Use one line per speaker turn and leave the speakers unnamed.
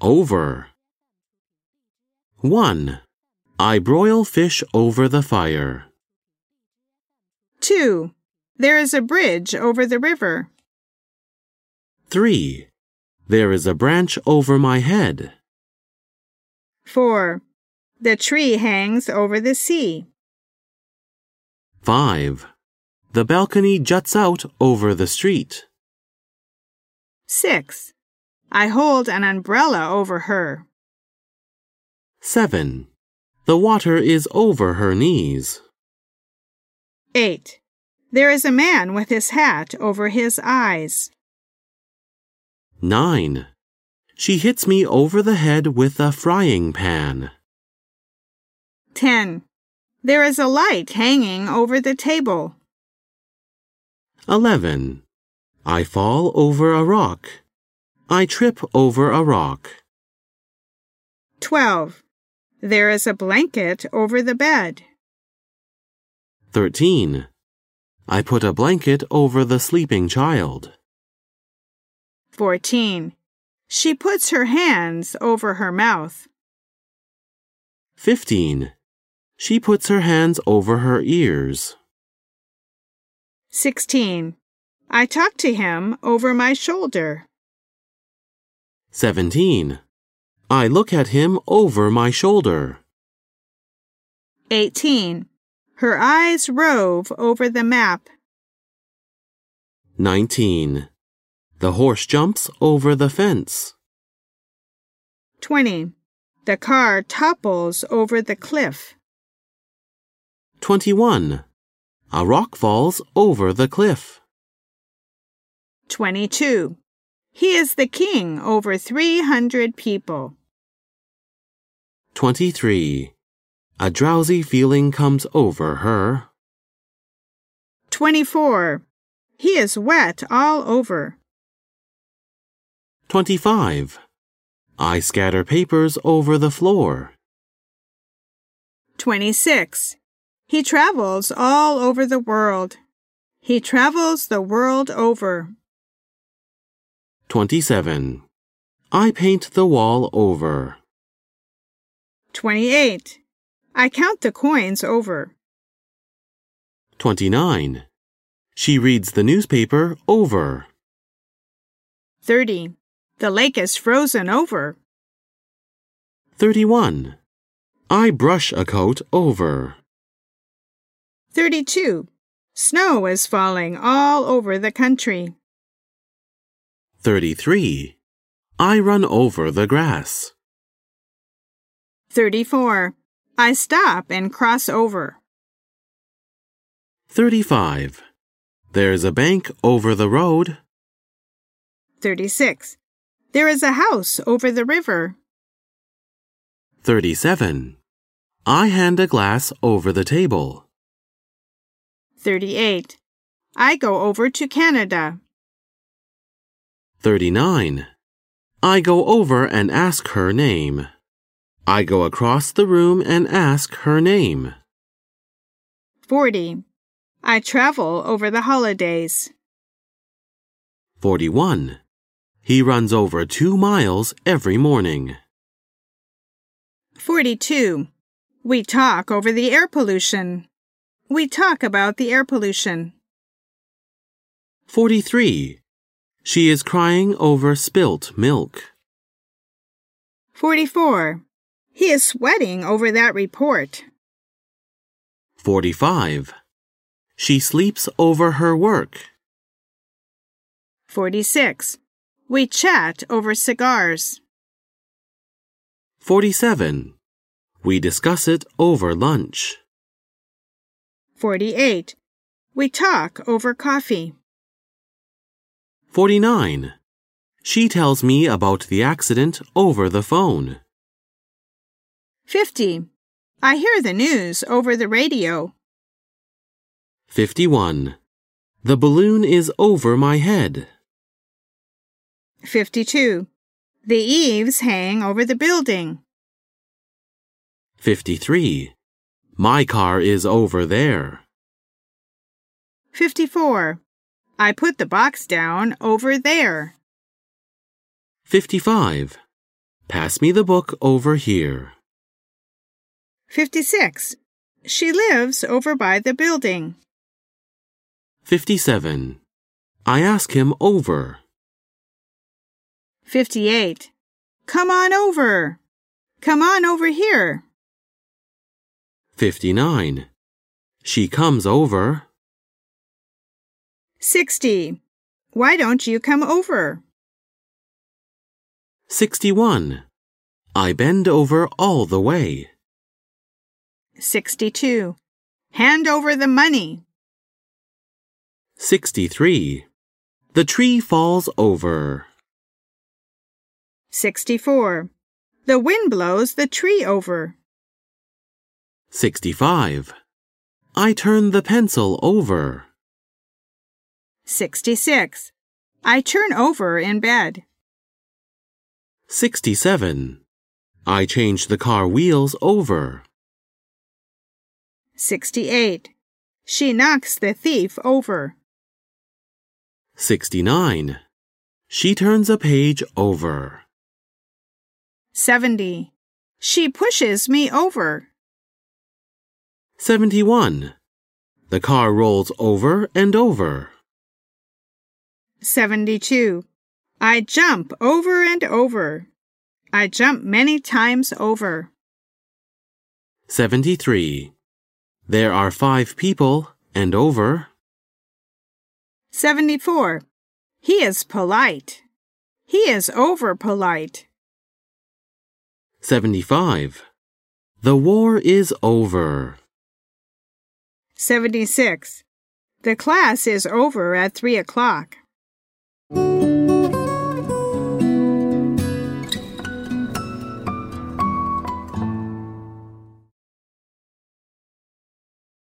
Over. 1. I broil fish over the fire.
2. There is a bridge over the river.
3. There is a branch over my head.
4. The tree hangs over the sea.
5. The balcony juts out over the street.
6. I hold an umbrella over her.
7. The water is over her knees.
8. There is a man with his hat over his eyes.
9. She hits me over the head with a frying pan.
10. There is a light hanging over the table.
11. I fall over a rock. I trip over a rock.
12. There is a blanket over the bed.
13. I put a blanket over the sleeping child.
14. She puts her hands over her mouth.
15. She puts her hands over her ears.
16. I talk to him over my shoulder.
17. I look at him over my shoulder.
18. Her eyes rove over the map.
19. The horse jumps over the fence.
20. The car topples over the cliff.
21. A rock falls over the cliff.
22. He is the king over 300 people.
23. A drowsy feeling comes over her.
24. He is wet all over.
25. I scatter papers over the floor.
26. He travels all over the world. He travels the world over.
27. I paint the wall over.
28. I count the coins over.
29. She reads the newspaper over.
30. The lake is frozen over.
31. I brush a coat over.
32. Snow is falling all over the country.
33. I run over the grass.
34. I stop and cross over.
35. There's a bank over the road.
36. There is a house over the river.
37. I hand a glass over the table.
38. I go over to Canada.
39. I go over and ask her name. I go across the room and ask her name.
40. I travel over the holidays.
41. He runs over two miles every morning.
42. We talk over the air pollution. We talk about the air pollution.
43. She is crying over spilt milk.
44. He is sweating over that report.
45. She sleeps over her work.
46. We chat over cigars.
47. We discuss it over lunch.
48. We talk over coffee.
49. She tells me about the accident over the phone.
50. I hear the news over the radio.
51. The balloon is over my head.
52. The eaves hang over the building.
53. My car is over there.
54. I put the box down over there.
55. Pass me the book over here.
56. She lives over by the building.
57. I ask him over.
58. Come on over. Come on over here.
59. She comes over.
60. Why don't you come over?
61. I bend over all the way.
62. Hand over the money.
63. The tree falls over.
64. The wind blows the tree over.
65. I turn the pencil over.
66. I turn over in bed.
67. I change the car wheels over.
68. She knocks the thief over.
69. She turns a page over.
70. She pushes me over.
71. The car rolls over and over.
72. I jump over and over. I jump many times over.
73. There are five people and over.
74. He is polite. He is over polite.
75. The war is over.
76. The class is over at 3 o'clock.